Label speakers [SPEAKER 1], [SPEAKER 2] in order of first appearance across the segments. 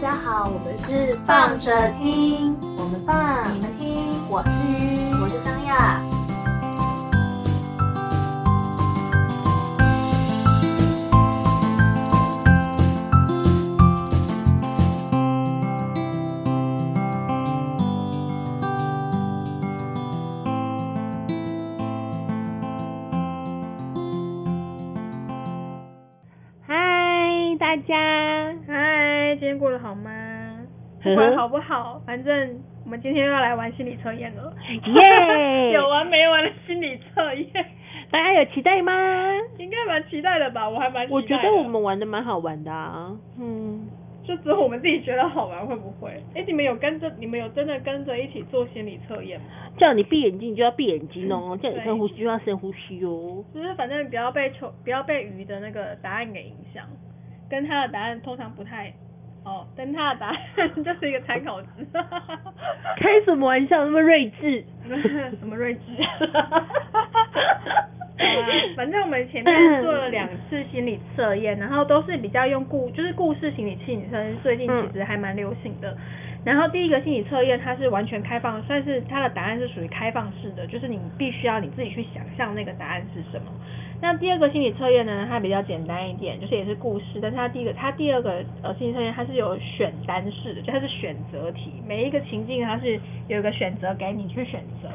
[SPEAKER 1] 家好，我们是放着听，我们放，你们听。我是我是张亚。
[SPEAKER 2] 嗨，大家，
[SPEAKER 3] 嗨，今天过得好吗？不管好不好，反正我们今天又要来玩心理测验了。
[SPEAKER 2] 耶
[SPEAKER 3] 有完没完的心理测验，
[SPEAKER 2] 大家有期待吗？
[SPEAKER 3] 应该蛮期待的吧？我还蛮期待的
[SPEAKER 2] 我觉得我们玩的蛮好玩的啊，嗯，
[SPEAKER 3] 就只有我们自己觉得好玩，会不会？哎、你们有跟着，你们有真的跟着一起做心理测验吗？
[SPEAKER 2] 叫你闭眼睛你就要闭眼睛哦，叫你
[SPEAKER 3] 对
[SPEAKER 2] 深呼吸就要深呼吸哦。
[SPEAKER 3] 就是反正不要被球，不要被鱼的那个答案给影响，跟他的答案通常不太，哦，跟他的答案 就是一个参考值。
[SPEAKER 2] 开什么玩笑，那么睿
[SPEAKER 3] ？
[SPEAKER 2] 智
[SPEAKER 3] 什么睿智？ 呃反正我们前面做了两次心理测验，然后都是比较用故，就是故事心理心理测验，最近其实还蛮流行的。然后第一个心理测验它是完全开放，算是它的答案是属于开放式的，就是你必须要你自己去想象那个答案是什么。那第二个心理测验呢，它比较简单一点，就是也是故事，但是它第一个它第二个呃心理测验它是有选单式的，就它是选择题，每一个情境它是有一个选择给你去选择。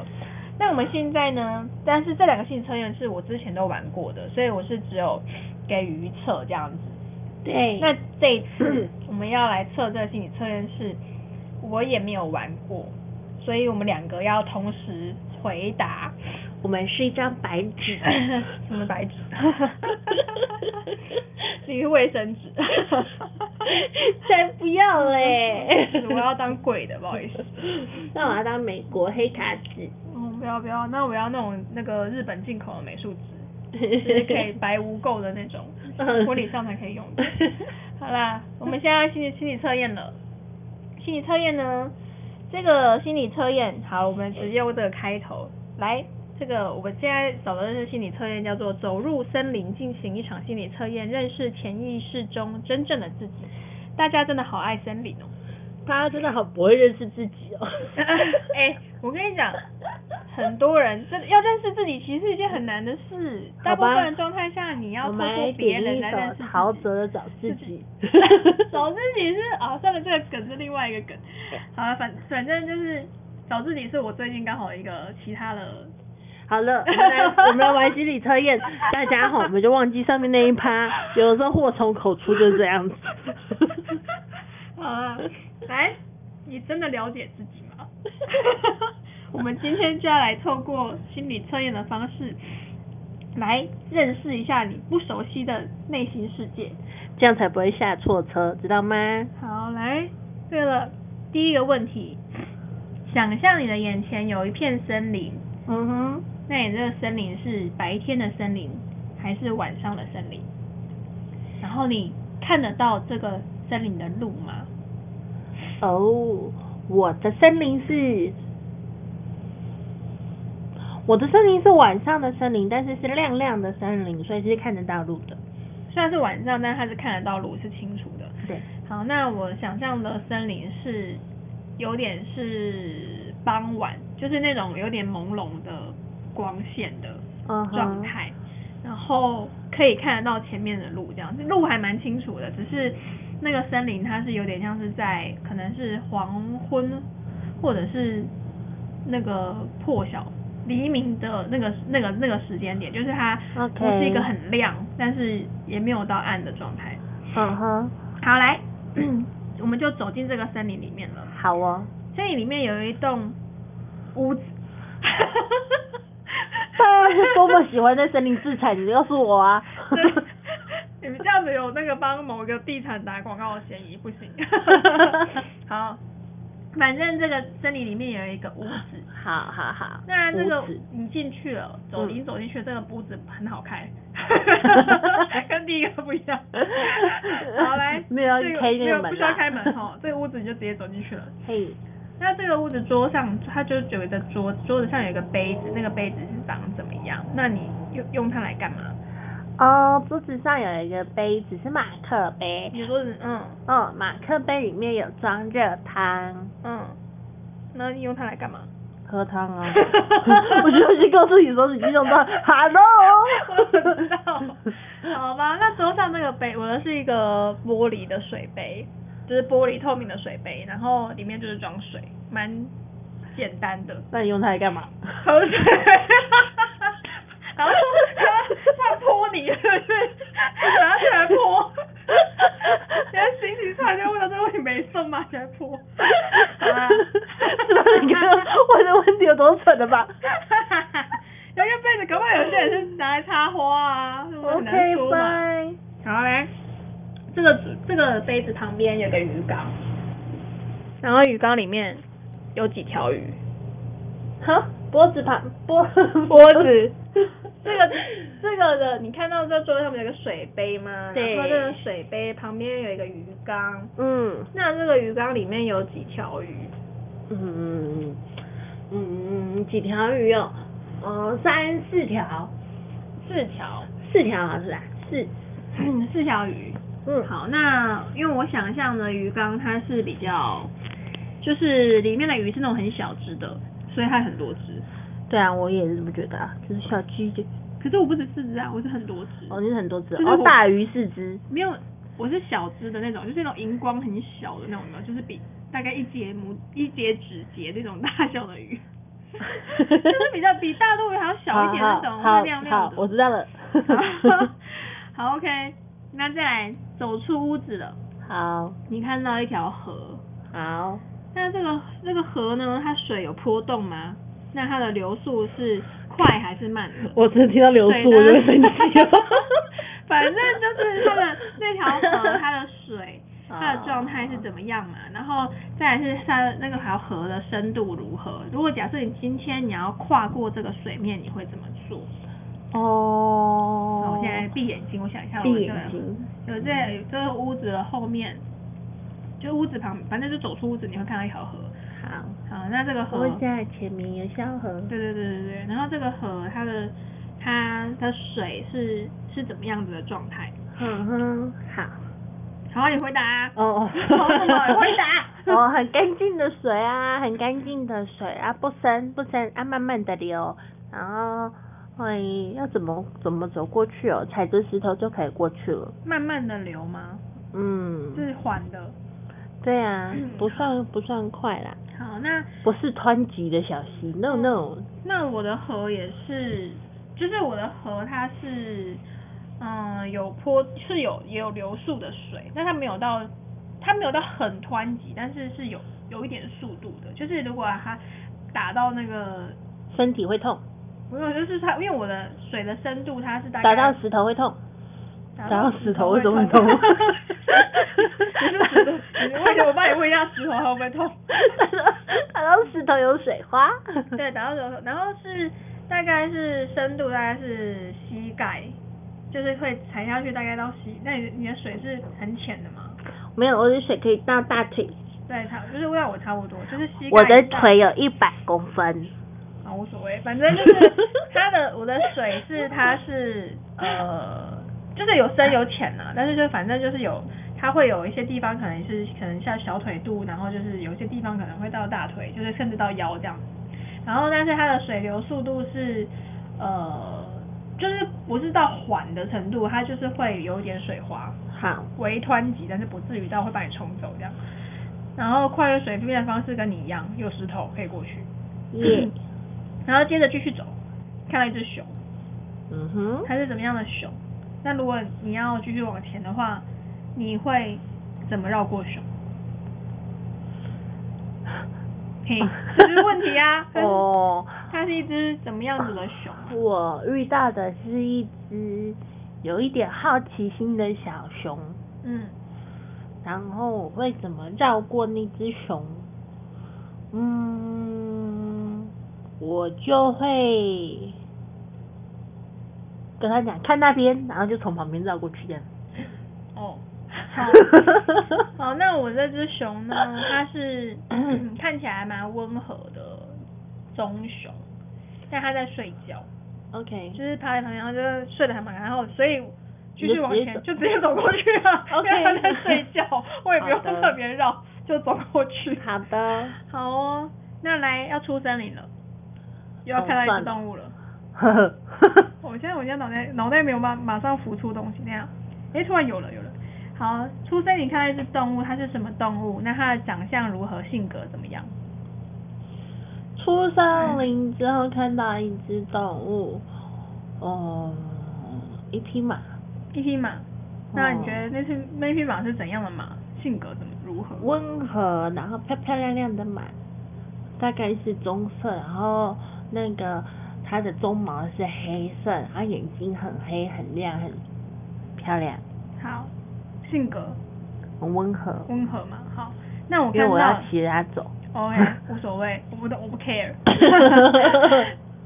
[SPEAKER 3] 那我们现在呢？但是这两个心理测验是我之前都玩过的，所以我是只有给予测这样子。
[SPEAKER 2] 对
[SPEAKER 3] 那这一次我们要来测这个心理测验是，我也没有玩过，所以我们两个要同时回答。，
[SPEAKER 2] 我们是一张白纸。
[SPEAKER 3] 什么白纸？是一个卫生纸！
[SPEAKER 2] 才不要嘞
[SPEAKER 3] 我要当鬼的，不好意思。
[SPEAKER 2] 那我要当美国黑卡纸，
[SPEAKER 3] 嗯，不要不要，那我要那种那个日本进口的美术纸，就是可以白无垢的那种，婚礼上才可以用的。好啦，我们现在心理心理测验了。心理测验呢，这个心理测验，好，我们直接用这个开头来。这个我们现在找的是心理测验，叫做走入森林进行一场心理测验，认识潜意识中真正的自己。大家真的好爱森林哦。。
[SPEAKER 2] 大家真的好不会认识自己哦
[SPEAKER 3] 哎、我跟你讲，很多人真的要认识自己，其实是一件很难的事。大
[SPEAKER 2] 好
[SPEAKER 3] 部
[SPEAKER 2] 吧
[SPEAKER 3] 分的状态下，你要
[SPEAKER 2] 我
[SPEAKER 3] 透
[SPEAKER 2] 们
[SPEAKER 3] 过
[SPEAKER 2] 来
[SPEAKER 3] 别
[SPEAKER 2] 点
[SPEAKER 3] 人
[SPEAKER 2] 一
[SPEAKER 3] 来认识
[SPEAKER 2] 首
[SPEAKER 3] 自
[SPEAKER 2] 陶
[SPEAKER 3] 己。
[SPEAKER 2] 喆的《找自己》
[SPEAKER 3] 找自己是啊，算了，这个梗是另外一个梗。
[SPEAKER 2] 哎
[SPEAKER 3] 好了，反反正就是找自己是我最近刚好一个其他的。
[SPEAKER 2] 好了，我们来我 们来玩心理测验，大家好，我们就忘记上面那一趴，有的时候祸从口出就是这样子。
[SPEAKER 3] 好啊，来，你真的了解自己吗？我们今天就要来透过心理测验的方式，来认识一下你不熟悉的内心世界。
[SPEAKER 2] 这样才不会下错车，知道吗？
[SPEAKER 3] 好，来，对了，第一个问题，想象你的眼前有一片森林，
[SPEAKER 2] 嗯哼，
[SPEAKER 3] 那你这个森林是白天的森林还是晚上的森林？然后你看得到这个森林的路吗？
[SPEAKER 2] 哦，我的森林是，我的森林是晚上的森林，但是是亮亮的森林，所以是看得到路的。
[SPEAKER 3] 虽然是晚上，但它是看得到路，是清楚的。
[SPEAKER 2] 对，
[SPEAKER 3] 好，那我想象的森林是有点是傍晚，就是那种有点朦胧的光线的
[SPEAKER 2] 嗯
[SPEAKER 3] 状
[SPEAKER 2] 哼，
[SPEAKER 3] 态，然后可以看得到前面的路，这样子路还蛮清楚的，只是那个森林它是有点像是在可能是黄昏或者是那个破晓黎明的那个那个那个时间点，就是它
[SPEAKER 2] OK
[SPEAKER 3] 不是一个很亮但是也没有到暗的状态。
[SPEAKER 2] 嗯哼，
[SPEAKER 3] 好，来， 我们就走进这个森林里面了。
[SPEAKER 2] 好哦。
[SPEAKER 3] 森林里面有一栋 屋子。
[SPEAKER 2] 他是 多么喜欢在森林自产，你告诉我啊！
[SPEAKER 3] 你们这样子有那个帮某个地产打广告的嫌疑，不 行。好，反正这个森林里面有一个屋子，
[SPEAKER 2] 好好好，
[SPEAKER 3] 那这个
[SPEAKER 2] 屋子嗯
[SPEAKER 3] 你进去了，走已经走进去了，这个屋子很好 开，跟第一个不一样。好来，
[SPEAKER 2] 没有要
[SPEAKER 3] 这个
[SPEAKER 2] 开那个
[SPEAKER 3] 没有
[SPEAKER 2] 门啊
[SPEAKER 3] 不需要
[SPEAKER 2] 啦
[SPEAKER 3] 开门 哦，这个屋子你就直接走进去了。
[SPEAKER 2] 嘿，
[SPEAKER 3] 那这个屋子桌上，它就有一个桌，桌子上有一个杯子，那个杯子是长怎么样？那你用用它来干嘛？
[SPEAKER 2] 哦，桌子上有一个杯子是马克杯，
[SPEAKER 3] 你说是嗯
[SPEAKER 2] 哦，马克杯里面有装热汤，
[SPEAKER 3] 嗯，那你用它来干嘛？
[SPEAKER 4] 喝汤啊
[SPEAKER 2] 我就已经告诉你说你去用到，Hello，
[SPEAKER 3] 我不知道，好吧，那桌上那个杯，我的是一个玻璃的水杯，就是玻璃透明的水杯，然后里面就是装水，蛮简单的，
[SPEAKER 4] 那你用它来干嘛？
[SPEAKER 3] 喝水，然后换泼你是不是？拿起来泼，原来心情差就问到这个问题没送吗？起来泼，好啦
[SPEAKER 2] 是吧？你看问的问题有多蠢的吧？
[SPEAKER 3] 有一个被子，搞不好有些人是拿来插花啊，是不是很
[SPEAKER 2] OK，
[SPEAKER 3] 难说嘛？
[SPEAKER 2] 拜。
[SPEAKER 3] 然后嘞，这个这个杯子旁边有个鱼缸，然后鱼缸里面有几条鱼。
[SPEAKER 2] 好， 脖子旁脖
[SPEAKER 3] 脖子，这个这个的，你看到这桌上面有个水杯吗？
[SPEAKER 2] 对
[SPEAKER 3] 然后这个水杯旁边有一个鱼缸，
[SPEAKER 2] 嗯
[SPEAKER 3] 那这个鱼缸里面有几条鱼？
[SPEAKER 2] 嗯嗯，几条鱼哦？嗯，三四条，
[SPEAKER 3] 四条，
[SPEAKER 2] 四条好像是
[SPEAKER 3] 啊
[SPEAKER 2] 吧？四，
[SPEAKER 3] 四条鱼。
[SPEAKER 2] 嗯，
[SPEAKER 3] 好，那因为我想象的鱼缸它是比较，就是里面的鱼是那种很小只的，所以它很多只。
[SPEAKER 2] 对啊，我也是这么觉得啊，就是小鸡就，
[SPEAKER 3] 可是我不止四只啊，我是很多只。
[SPEAKER 2] 哦，就是很多只，
[SPEAKER 3] 就是
[SPEAKER 2] 哦
[SPEAKER 3] 我，
[SPEAKER 2] 大鱼四只，
[SPEAKER 3] 没有，我是小只的那种，就是那种荧光很小的那种的，就是比大概一节 拇一节指节那种大小的鱼，就是比较比大陆鱼还要小一点那种，
[SPEAKER 2] 好
[SPEAKER 3] 会亮
[SPEAKER 2] 好
[SPEAKER 3] 亮
[SPEAKER 2] 好，
[SPEAKER 3] 的。
[SPEAKER 2] 我知道了。
[SPEAKER 3] 好好，OK，那再来走出屋子了，
[SPEAKER 2] 好，
[SPEAKER 3] 你看到一条河，
[SPEAKER 2] 好，
[SPEAKER 3] 那这个这个河呢，它水有波动吗？那它的流速是快还是慢的？
[SPEAKER 4] 我只听到流
[SPEAKER 3] 水
[SPEAKER 4] 速，我就
[SPEAKER 3] 呢
[SPEAKER 4] 会生气了。
[SPEAKER 2] 哦
[SPEAKER 3] 反正就是它的那条河，它的 水，
[SPEAKER 2] 啊
[SPEAKER 3] 它的状态是怎
[SPEAKER 2] 么？
[SPEAKER 3] 么样嘛？然后再来是它的那个条河的深度如何？如果假设你今天你要跨过这个水面，你会怎么做？那
[SPEAKER 2] 哦，
[SPEAKER 3] 我现在闭眼睛，我想一下，我
[SPEAKER 2] 闭
[SPEAKER 3] 这
[SPEAKER 2] 眼
[SPEAKER 3] 个
[SPEAKER 2] 睛，
[SPEAKER 3] 有这有这个屋子的后面，就屋子旁，反正就走出屋子，你会看到一条河。
[SPEAKER 2] 好，
[SPEAKER 3] 好，那这个河
[SPEAKER 2] 我，在前面有小河，
[SPEAKER 3] 对对对对对，然后这个河它的它的水是是怎么样子的状态？
[SPEAKER 2] 哼哼，好，
[SPEAKER 3] 好，你回答啊。
[SPEAKER 2] 哦
[SPEAKER 3] 好啊不 好回答
[SPEAKER 2] 哦，很干净的水啊，很干净的水啊，不深不深啊，慢慢的流，然后会要怎么怎么走过去哦，踩着石头就可以过去了。
[SPEAKER 3] 慢慢的流吗？
[SPEAKER 2] 嗯，
[SPEAKER 3] 是缓的。
[SPEAKER 2] 对啊
[SPEAKER 3] 嗯，
[SPEAKER 2] 不算不算快啦，
[SPEAKER 3] 好，那
[SPEAKER 2] 不是湍急的小溪，no no，
[SPEAKER 3] 那我的河也是，就是我的河它是，嗯，有坡是有也有流速的水，但它没有到它没有到很湍急，但是是有有一点速度的，就是如果它打到那个，
[SPEAKER 2] 身体会痛，
[SPEAKER 3] 没有，就是它因为我的水的深度它是大概
[SPEAKER 2] 打到石头 会痛。
[SPEAKER 3] 打
[SPEAKER 2] 打到石头为什么
[SPEAKER 3] 会
[SPEAKER 2] 会痛
[SPEAKER 3] 你是石头，你为什么我帮你问一下石头会不会 痛？
[SPEAKER 2] 打到打到石头有水花。
[SPEAKER 3] 对，打到手，然后是大概是深度大概是膝盖，就是会踩下去大概到膝，那你的你的水是很浅的嘛？
[SPEAKER 2] 没有，我的水可以到大腿，
[SPEAKER 3] 对，差就是为我差不多，就是膝盖。
[SPEAKER 2] 我的腿。有一百公分。
[SPEAKER 3] 啊，无所谓，反正就是它的我的水是它是呃，就是有深有浅呐、但是就反正就是有。它会有一些地方可能是可能像小腿肚，然后就是有些地方可能会到大腿，就是甚至到腰这样然后但是它的水流速度是呃，就是不是到缓的程度，它就是会有一点水花，
[SPEAKER 2] 好，
[SPEAKER 3] 微湍急，但是不至于到会把你冲走这样。然后跨越水面的方式跟你一样，有石头可以过去，
[SPEAKER 2] 耶、
[SPEAKER 3] 然后接着继续走，看到一只熊，
[SPEAKER 2] 嗯哼，！
[SPEAKER 3] 它是怎么样的熊？那如果你要继续往前的话，你会怎么绕过熊？ 嘿，这是问题啊它是
[SPEAKER 2] 哦，
[SPEAKER 3] 它是一只怎么样子的熊？
[SPEAKER 2] 我遇到的是一只有一点好奇心的小熊，
[SPEAKER 3] 嗯，
[SPEAKER 2] 然后我会怎么绕过那只熊？嗯，我就会跟他讲看那边，然后就从旁边绕过去这样。
[SPEAKER 3] 哦， 好，好，那我这只熊 呢，它是嗯看起来蛮温和的棕熊，但它在睡觉，
[SPEAKER 2] OK，
[SPEAKER 3] 就是趴在旁边，然后就睡得还蛮，然后所以继
[SPEAKER 2] 你
[SPEAKER 3] 续
[SPEAKER 2] 就
[SPEAKER 3] 往
[SPEAKER 2] 直接
[SPEAKER 3] 前
[SPEAKER 2] 走
[SPEAKER 3] 就直接走过去 啊
[SPEAKER 2] OK
[SPEAKER 3] 因为他在睡觉，我也不用
[SPEAKER 2] 好的
[SPEAKER 3] 特别绕，就走过去。
[SPEAKER 2] 好的，
[SPEAKER 3] 好哦，那来要出森林了，又要
[SPEAKER 2] 哦
[SPEAKER 3] 看到一
[SPEAKER 2] 算
[SPEAKER 3] 只
[SPEAKER 2] 了
[SPEAKER 3] 动物了。
[SPEAKER 2] 呵呵呵呵
[SPEAKER 3] 我现在我现在脑袋脑袋没有马马上浮出东西那样，诶，突然有了有了。好，出生你看到一只动物，它是什么动物？那它的长相如何？性格怎么样？
[SPEAKER 2] 出森林之后看到一只动物，哦，一匹马，
[SPEAKER 3] 一匹马。那你
[SPEAKER 2] 哦
[SPEAKER 3] 觉得那只那匹马是怎样的马？性格怎么如何？
[SPEAKER 2] 哦温和，然后漂漂亮亮的马，大概是棕色，然后那个它的鬃毛是黑色，然后眼睛很黑很亮很漂亮，
[SPEAKER 3] 好，性格
[SPEAKER 2] 很温和，
[SPEAKER 3] 温和嘛。好，那我
[SPEAKER 2] 因
[SPEAKER 3] 看
[SPEAKER 2] 为
[SPEAKER 3] 到
[SPEAKER 2] 我要骑着它走。
[SPEAKER 3] OK，无所谓，我不懂，我不 care。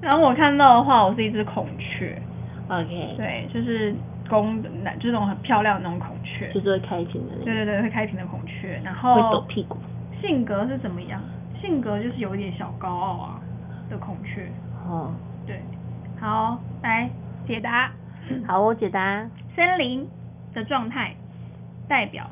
[SPEAKER 3] 然后我看到的话，我是一只孔雀，
[SPEAKER 2] OK，
[SPEAKER 3] 对，就是公的，那这种很漂亮的那种孔雀，
[SPEAKER 2] 就是会开心的那
[SPEAKER 3] 对
[SPEAKER 2] 个，
[SPEAKER 3] 对对，会开屏的孔雀。然
[SPEAKER 2] 会抖
[SPEAKER 3] 后
[SPEAKER 2] 屁股。
[SPEAKER 3] 性格是怎么样？性格就是有一点小高傲啊的孔雀，
[SPEAKER 2] 哦，
[SPEAKER 3] 对。好，来解答
[SPEAKER 2] 好，我解答。
[SPEAKER 3] 森林的状态，代表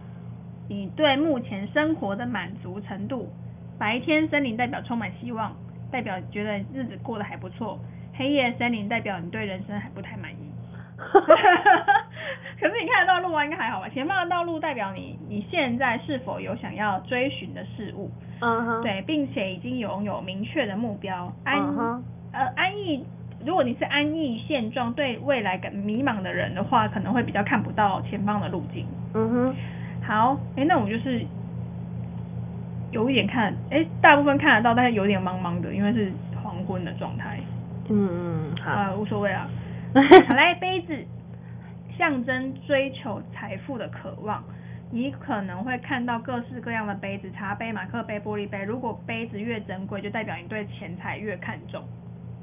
[SPEAKER 3] 你对目前生活的满足程度。白天森林代表充满希望，代表觉得日子过得还不错；黑夜森林代表你对人生还不太满意。 可是你看得到路啊，应该还好吧？前方的道路代表你你现在是否有想要追寻的事物，
[SPEAKER 2] 嗯哼，
[SPEAKER 3] 对，并且已经拥有明确的目标。安、
[SPEAKER 2] 嗯哼，
[SPEAKER 3] 呃安逸，如果你是安逸现状，对未来感迷茫的人的话，可能会比较看不到前方的路径。
[SPEAKER 2] 嗯哼，
[SPEAKER 3] 好，诶，那我就是有一点看，诶，大部分看得到，但是有点茫茫的，因为是黄昏的状态。
[SPEAKER 2] 嗯，好。
[SPEAKER 3] 啊，无所 谓啦。好来，杯子象征追求财富的渴望。你可能会看到各式各样的杯子，茶杯、马克杯、玻璃杯。如果杯子越珍贵，就代表你对钱财越看重。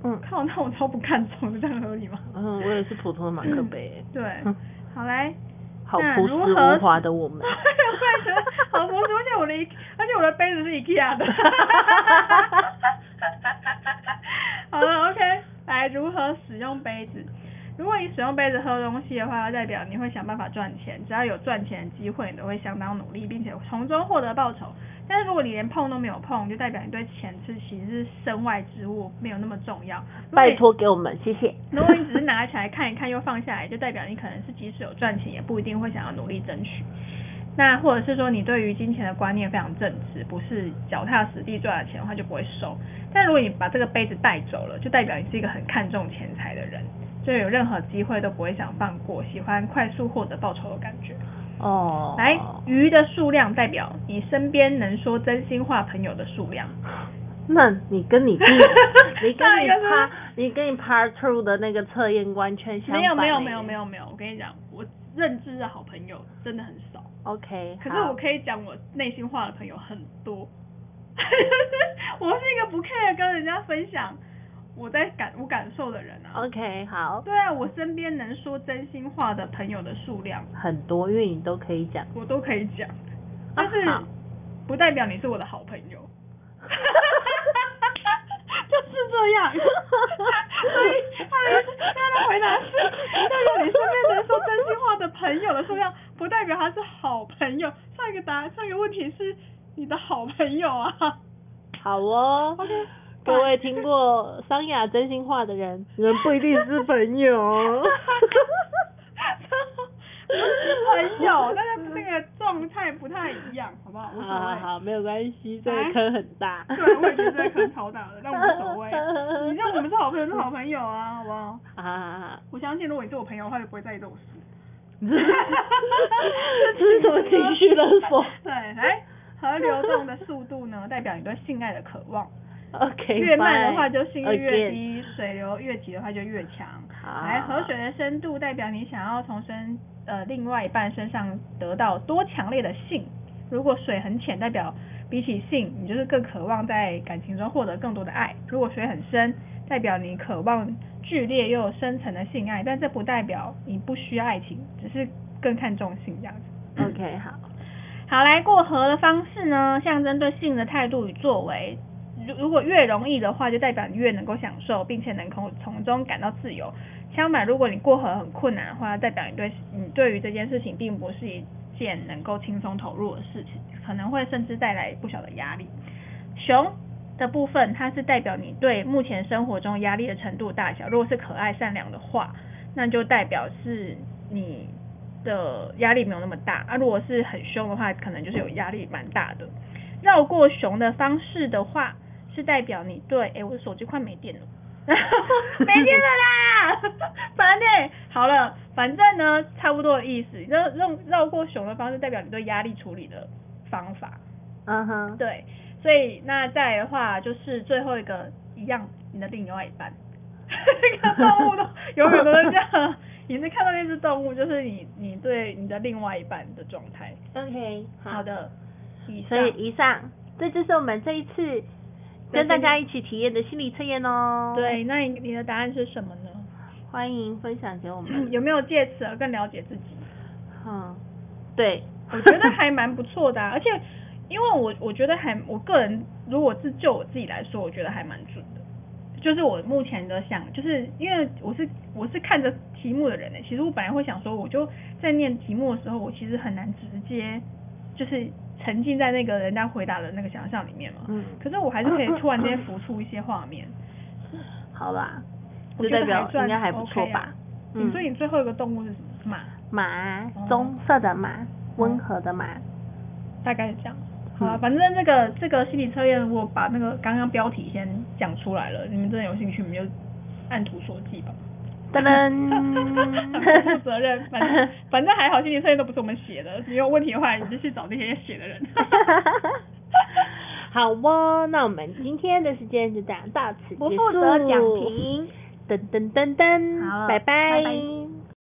[SPEAKER 2] 嗯
[SPEAKER 3] 靠，那我超不看重的，这样合理吗？
[SPEAKER 4] 嗯，我也是普通的马克杯，
[SPEAKER 3] 对
[SPEAKER 2] 嗯，
[SPEAKER 3] 好来，
[SPEAKER 4] 好
[SPEAKER 3] 那
[SPEAKER 4] 朴实
[SPEAKER 3] 如何
[SPEAKER 4] 无华的 我们
[SPEAKER 3] 我。也觉得好朴实，而且我的， 而且我的杯子是 IKEA 的。 好了，OK，来如何使用杯子？如果你使用杯子喝东西的话，代表你会想办法赚钱，只要有赚钱的机会，你都会相当努力，并且从中获得报酬。但是如果你连碰都没有碰，就代表你对钱是其实是身外之物，没有那么重要。如果你
[SPEAKER 2] 拜托给我们，谢谢。
[SPEAKER 3] 如果你只是拿起来看一看又放下来，就代表你可能是即使有赚钱，也不一定会想要努力争取。那或者是说你对于金钱的观念非常正直，不是脚踏实地赚了钱的话就不会收。但如果你把这个杯子带走了，就代表你是一个很看重钱财的人，就有任何机会都不会想放过，喜欢快速获得报酬的感觉。
[SPEAKER 2] 哦，
[SPEAKER 3] 来，鱼的数量代表你身边能说真心话朋友的数量。
[SPEAKER 2] 那你 跟你弟，你跟
[SPEAKER 3] 上一
[SPEAKER 2] 你
[SPEAKER 3] 个是
[SPEAKER 2] part，你跟你 part two 的那个测验完全相反、欸
[SPEAKER 3] 没有没有没有没
[SPEAKER 2] 有。
[SPEAKER 3] 有没有，我跟你讲，我认知的好朋友真的很少。
[SPEAKER 2] OK，
[SPEAKER 3] 可是
[SPEAKER 2] 好
[SPEAKER 3] 我可以讲我内心话的朋友很多， 我是一个不 care 跟人家分享我在感我感受的人啊。
[SPEAKER 2] OK 好，
[SPEAKER 3] 对啊，我身边能说真心话的朋友的数量，
[SPEAKER 2] 很多，因为你都可以 讲。
[SPEAKER 3] 我都可以讲，
[SPEAKER 2] 啊
[SPEAKER 3] 但是
[SPEAKER 2] 好
[SPEAKER 3] 不代表你是我的好朋友。就是这样，所以他的他的回答是，代表你身边能说真心话的朋友的数量，不代表他是好朋友。上一个答上一个问题是你的好朋友啊。
[SPEAKER 2] 好哦
[SPEAKER 3] OK，
[SPEAKER 2] 各位听过桑雅真心话的人，你们不一定是朋友哦。
[SPEAKER 3] 不是朋友，但是那个状态不太一样，好不好？无
[SPEAKER 2] 好
[SPEAKER 3] 所谓
[SPEAKER 2] 好。好，没有关系，这
[SPEAKER 3] 来
[SPEAKER 2] 个坑很大。
[SPEAKER 3] 对，我也觉得这个坑超大的，但无所谓。你让我们是好朋友，是好朋友啊，好不好？
[SPEAKER 2] 啊，
[SPEAKER 3] 我相信，如果你是我朋友的话，就不会在意这种事。
[SPEAKER 2] 这是什么情绪 勒索
[SPEAKER 3] 对，来，河流动的速度呢，代表你对性爱的渴望。
[SPEAKER 2] ？OK，
[SPEAKER 3] 越慢的
[SPEAKER 2] fine
[SPEAKER 3] 话就性欲越
[SPEAKER 2] Again 啊
[SPEAKER 3] 低，水流越急的话就越强。
[SPEAKER 2] 好
[SPEAKER 3] 来，河水的深度代表你想要从身呃另外一半身上得到多强烈的性。如果水很浅，代表比起性，你就是更渴望在感情中获得更多的爱；如果水很深，代表你渴望剧烈又深层的性爱，但这不代表你不需要爱情，只是更看重性这样子。
[SPEAKER 2] OK，好，
[SPEAKER 3] 好，来过河的方式呢，象征对性的态度与作为。如如果越容易的话，就代表你越能够享受，并且能够从中感到自由。相反，如果你过河很困难的话，代表你对你对于这件事情并不是一件能够轻松投入的事情，可能会甚至带来不小的压力。熊的部分，它是代表你对目前生活中压力的程度大小。如果是可爱善良的话，那就代表是你的压力没有那么大。啊，如果是很凶的话，可能就是有压力蛮大的。绕过熊的方式的话，是代表你对，诶，我的手机快没电了， 没电了啦，烦呢、好了，反正呢，差不多的意思。那绕绕过熊的方式，代表你对压力处理的方法。
[SPEAKER 2] 嗯哼，
[SPEAKER 3] 对，所以那再来的话就是最后一个一样，你的另外一半， 这个动物都永远都是这样，你是看到那只动物，就是你你对你的另外一半的状态。
[SPEAKER 2] ，OK，
[SPEAKER 3] 好。的，以
[SPEAKER 2] 所
[SPEAKER 3] 上
[SPEAKER 2] 以以上，这就是我们这一次跟大家一起体验的心理测验哦。，
[SPEAKER 3] 对，那你你的答案是什么呢？
[SPEAKER 2] 欢迎分享给我们。
[SPEAKER 3] 有没有借此而更了解自己？
[SPEAKER 2] 嗯，对，
[SPEAKER 3] 我觉得还蛮不错的、啊，而且因为我我觉得还我个人如果是就我自己来说，我觉得还蛮准的。就是我目前的想，就是因为我是我是看着题目的人呢、欸其实我本来会想说，我就在念题目的时候，我其实很难直接就是沉浸在那个人家回答的那个想象里面嘛。
[SPEAKER 2] 嗯，
[SPEAKER 3] 可是我还是可以突然间浮出一些画面，
[SPEAKER 2] 好吧，
[SPEAKER 3] 我
[SPEAKER 2] 就
[SPEAKER 3] 觉
[SPEAKER 2] 代
[SPEAKER 3] 得
[SPEAKER 2] 表
[SPEAKER 3] 还算
[SPEAKER 2] 应该还不错
[SPEAKER 3] OK
[SPEAKER 2] 吧
[SPEAKER 3] 啊。
[SPEAKER 2] 嗯，
[SPEAKER 3] 所以你最后一个动物是什么？马，
[SPEAKER 2] 马
[SPEAKER 3] 哦，
[SPEAKER 2] 棕色的马，温和的 马。
[SPEAKER 3] 大概是这样。好啊，反正这个这个心理测验，我把那个刚刚标题先讲出来了，你们真的有兴趣，你们就按图索骥吧。
[SPEAKER 2] 噔嗯
[SPEAKER 3] 很不负
[SPEAKER 2] 噔，
[SPEAKER 3] 责任， 反 正反正还好，心理测验都不是我们写的，你有问题的话，你就去找那些写的人。
[SPEAKER 2] 好哦，那我们今天的时间就这样到此结束。
[SPEAKER 4] 不负责讲
[SPEAKER 2] 评，噔噔噔噔，
[SPEAKER 3] 好
[SPEAKER 2] 拜
[SPEAKER 3] 拜拜